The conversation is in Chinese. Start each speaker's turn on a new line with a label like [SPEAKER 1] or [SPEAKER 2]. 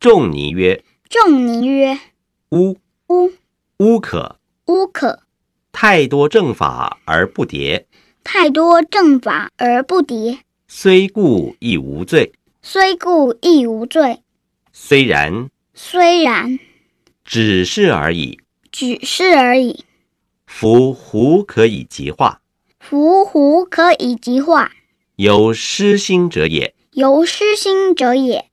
[SPEAKER 1] 仲尼曰
[SPEAKER 2] 仲尼曰：“
[SPEAKER 1] 吾：“
[SPEAKER 2] 吾
[SPEAKER 1] 吾可，
[SPEAKER 2] 吾可，
[SPEAKER 1] 太多正法而不迭，
[SPEAKER 2] 太多正法而不迭，
[SPEAKER 1] 虽故亦无罪。
[SPEAKER 2] 虽故亦无罪。
[SPEAKER 1] 虽然，
[SPEAKER 2] 虽然，
[SPEAKER 1] 只是而已。
[SPEAKER 2] 只是而已。
[SPEAKER 1] 夫胡可以极化？
[SPEAKER 2] 夫胡可以极化，
[SPEAKER 1] 有失心者也。”
[SPEAKER 2] 由失心者也。”